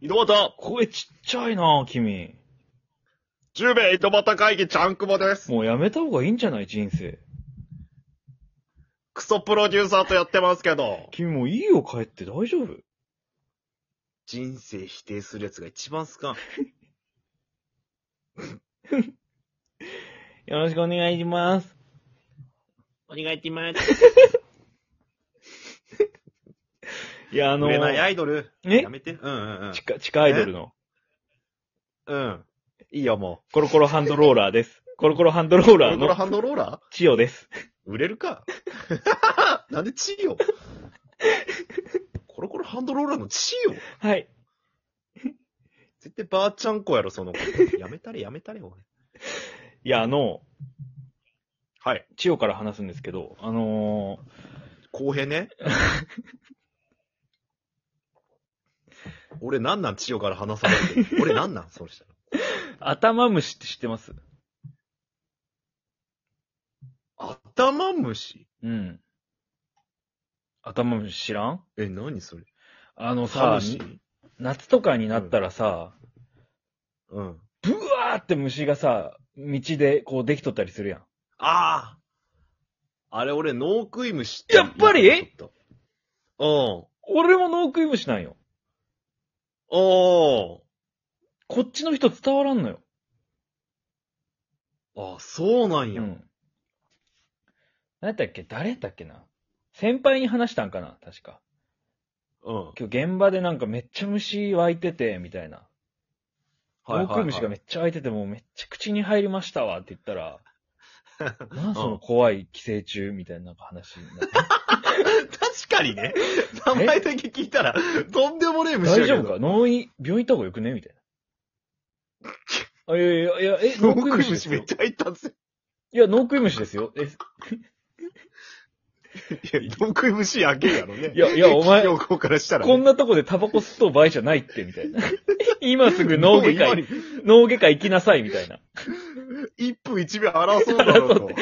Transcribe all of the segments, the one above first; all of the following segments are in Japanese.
井戸端、声ちっちゃいな、君。十兵衛井戸端会議ちゃんくぼです。もうやめた方がいいんじゃない人生。クソプロデューサーとやってますけど、君もういいよ、帰って大丈夫人生否定するやつが一番好かん。よろしくお願いします。お願いします。 いや、あの売、れないアイドル。えやめて。うんうん地下、地下アイドルの、うん。うん。いいよ、もコロコロハンドローラーです。コロコロハンドローう。ラーこれのハンドローラ千代です。ー売れる か。なんでチーよ。コロコロハンドローラーのチーよ。はい。絶対ばあちゃん子やろ、その子。やめたれ、やめたれ、おい。いや、あの、はい。千代から話すんですけど、あの公平 ね。俺なんなん千代から話されてる。俺なんなんそうしたら。ー、頭虫って知ってます頭虫うん。頭虫知らんえ、何それあのタム、さシ夏とかになったらさ、うん。ブワーって虫がさ、道でこうできとったりするやん。あああれ俺、脳食い虫って。やっぱりちょっと俺も脳食い虫なんよ。うん。おこっちの人伝わらんのよ。ー。あ、そうなんうや。ん。何やったっけ誰やったっけな先輩に話したんかな確か。うん。は今日現場でなんかめっちゃ虫湧いてて、みたいな。いはい脳食い虫がはいめっちゃ湧いてて、もうめっちゃ口に入りましたわって言っ たら、なんそうのん怖い寄生虫みたいななんか話になって。確かに ね。名前だけ聞いたら、とんでもねえ 虫や大けど丈夫か脳院、病院行った方がよくねみたい な。あ、いやいやいや、え、脳脳食食いい虫です虫めよっ。ちゃ入ったんすよ。いや、脳食い虫ですよ。え、いや、脳食い虫やけんやろね。いやいやお前情報からしたらね、こんなとこでタバコ吸っとう場合じゃないって、みたい な。今すぐ脳外もう科今に医、脳外科行きなさい、みたいな。一分一秒争うだろう と。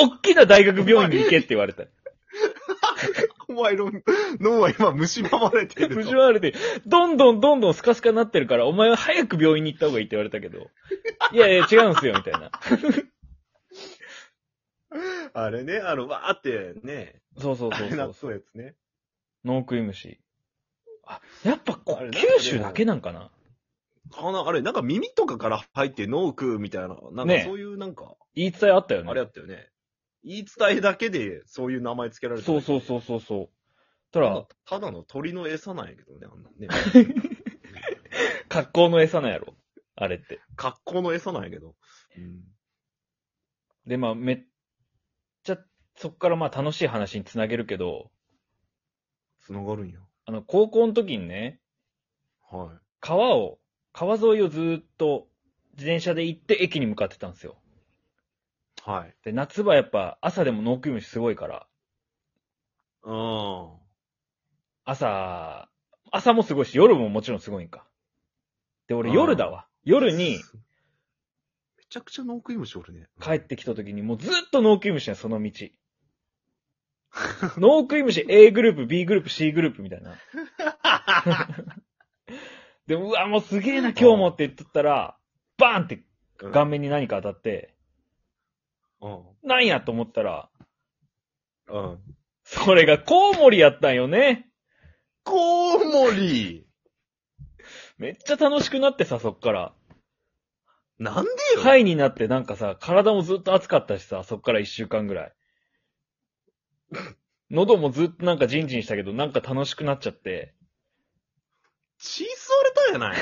おっきな大学病院に行けって 言われた。お前の脳は今蝕まれてる無と事。はあれで、どんどんどんどんスカスカになってるから、お前は早く病院に行った方がいいって言われたけど。いやいや、違うんすよ、みたいな。あれね、あの、わーってね、そうそうあそうれそなうっ。そうやつね。脳食い虫。あ、やっぱこあれなんかね九州だけなんかなあの、あれ、なんか耳とかから入って脳食うみたいな、なんかねそういうなんか、言い伝えあったよね。あれやったよね。言い伝えだけでそういう名前つけられてそうそうう。そうそうそう。たたらだ、ただの鳥の餌なんやけどね、あんなね。 格好の餌なんやろ。あれって。格好の餌なんやけど。うんで、まあ、めっちゃ、そっからまあ楽しい話につなげるけど、繋がるんや。あの、高校の時にね、はい。川を、川沿いをずーっと自転車で行って駅に向かってたんですよ。はい。で、夏場やっぱ朝でも農機虫すごいから、うん。朝、朝もすごいし、夜ももちろんすごいんか。で、俺うん夜だわ。夜にすめちゃくちゃ脳食い虫おるね。帰ってきた時にもうずっと農機虫やん、その道。農食い虫 A グループ、B グループ、C グループみたいな。で、うわ、もうすげえな、今日もって言っとったら、バーンってうん顔面に何か当たって、うん。なんやと思ったら、うん。それがコウモリやったんよね。コウモリめっちゃ楽しくなってさ、そっから。なんでよハイになってなんかさ、体もずっと暑かったしさ、そっから一週間ぐらい。喉もずっとなんかジンジンしたけど、なんか楽しくなっちゃって。血吸われたんやない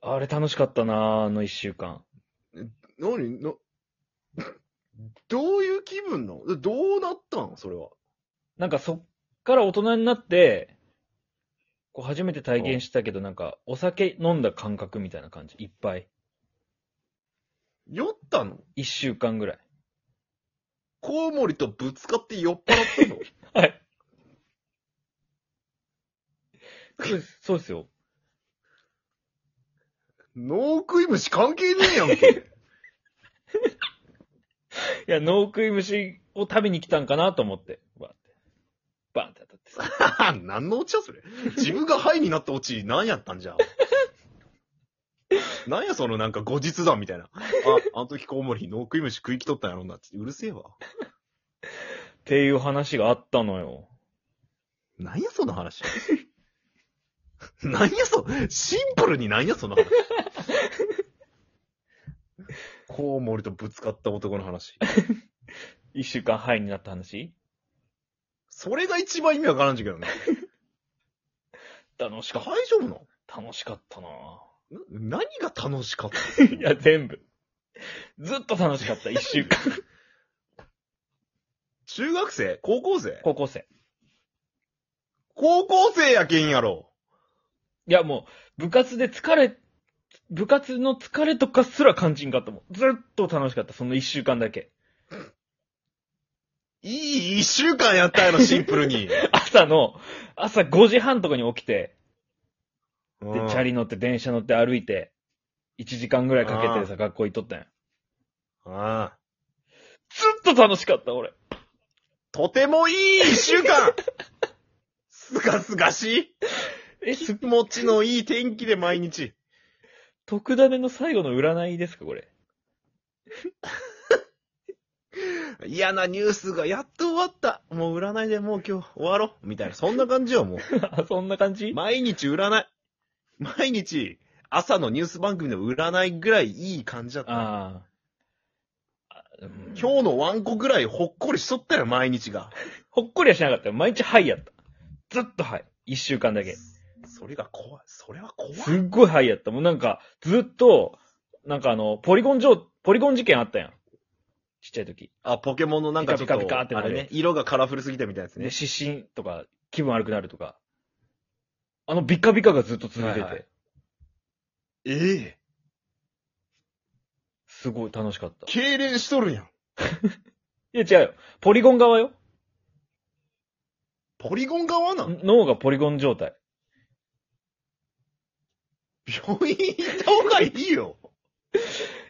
あれ楽しかったなあの一週間。何な、 どういう気分なのどうなったんそれは。なんかそっから大人になって、こう初めて体験したけど、なんかお酒飲んだ感覚みたいな感じ。いっぱい。酔ったの一週間ぐらい。コウモリとぶつかって酔っ払ったのはい。そうです、そうですよ。脳食い虫関係ねえやんけ。いや、脳食い虫を食べに来たんかなと思って。わってバンって当たってさ。何のオチやそれ。自分がハイになったオチ、何やったんじゃ。なんやそのなんか後日談みたいな。あ、あの時コウモリ、ノー食い虫食いきとったんやろんなって。うるせえわ。っていう話があったのよ。なんやその話。 なんやそ、シンプルになんやその話。コウモリとぶつかった男の話。一週間ハイになった話それが一番意味わからんじゃけどね。楽しか大っ丈夫なのた。楽しかったなな何が楽しかったぁ。いや、全部。ずっと楽しかった、一週間。中学生高校生高校生。高校生やけんやろ。いや、もう、部活で疲れ、部活の疲れとかすら感じんかったもん。ずっと楽しかった、その一週間だけ。 いい一週間やったやろ、シンプルに。朝の、朝5時半とかに起きて、うんで、チャリ乗って電車乗って歩いて、1時間ぐらいかけてさ、学校行っとったんや。ああずっと楽しかった、俺。とてもいい一週間すがすがしえ、いす、気持ちのいい天気で毎日。特ダネの最後の占いですか、これ。嫌なニュースがやっと終わった。もう占いでもう今日終わろう。みたいな。そんな感じよ、もう。 あ、そんな感じ 毎日占い。毎日、朝のニュース番組の占いぐらいいい感じだった。あああ。うん今日のワンコぐらいほっこりしとったよ、毎日が。ほっこりはしなかったよ。毎日ハイやった。ずっとハイ。一週間だけ。それが怖い。それは怖い。すっごいハイやった。もうなんか、ずっと、なんかあの、ポリゴン上、ポリゴン事件あったやん。ちっちゃい時。あ、ポケモンのなんかちょっと、ピカピカピカってなあるれね、色がカラフルすぎたみたいなやつね、ね。失神とか、気分悪くなるとか。あのビカビカがずっと続いてて、はいはいええ。すごい楽しかった。痙攣しとるやん。いや違うよ。ポリゴン側よ。ポリゴン側なん脳がポリゴン状態。病院行った方がいいよ。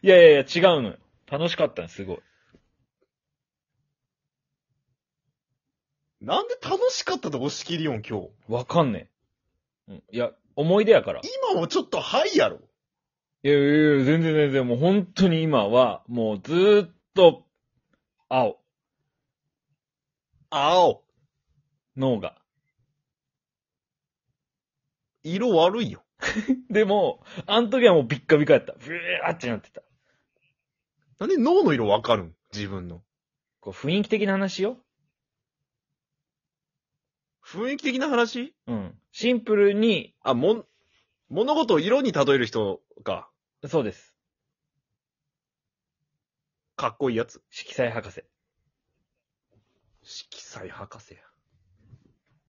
いやいやいや、違うのよ。楽しかったね、すごい。なんで楽しかったと押し切りよん、今日。わかんねえ。うん。いや、思い出やから。い今もちょっとはいやろ。やいやいや、全然全然、もう本当に今は、もうずーっと、青、青。脳が。色悪いよ。でも、あの時はもうビッカビカやった。ブワーってなってた。なんで脳の色わかるん自分の。こう雰囲気的な話よ。雰囲気的な話うん。シンプルに、あ、もん、物事を色に例える人が、そうです。かっこいいやつ。色彩博士。色彩博士や。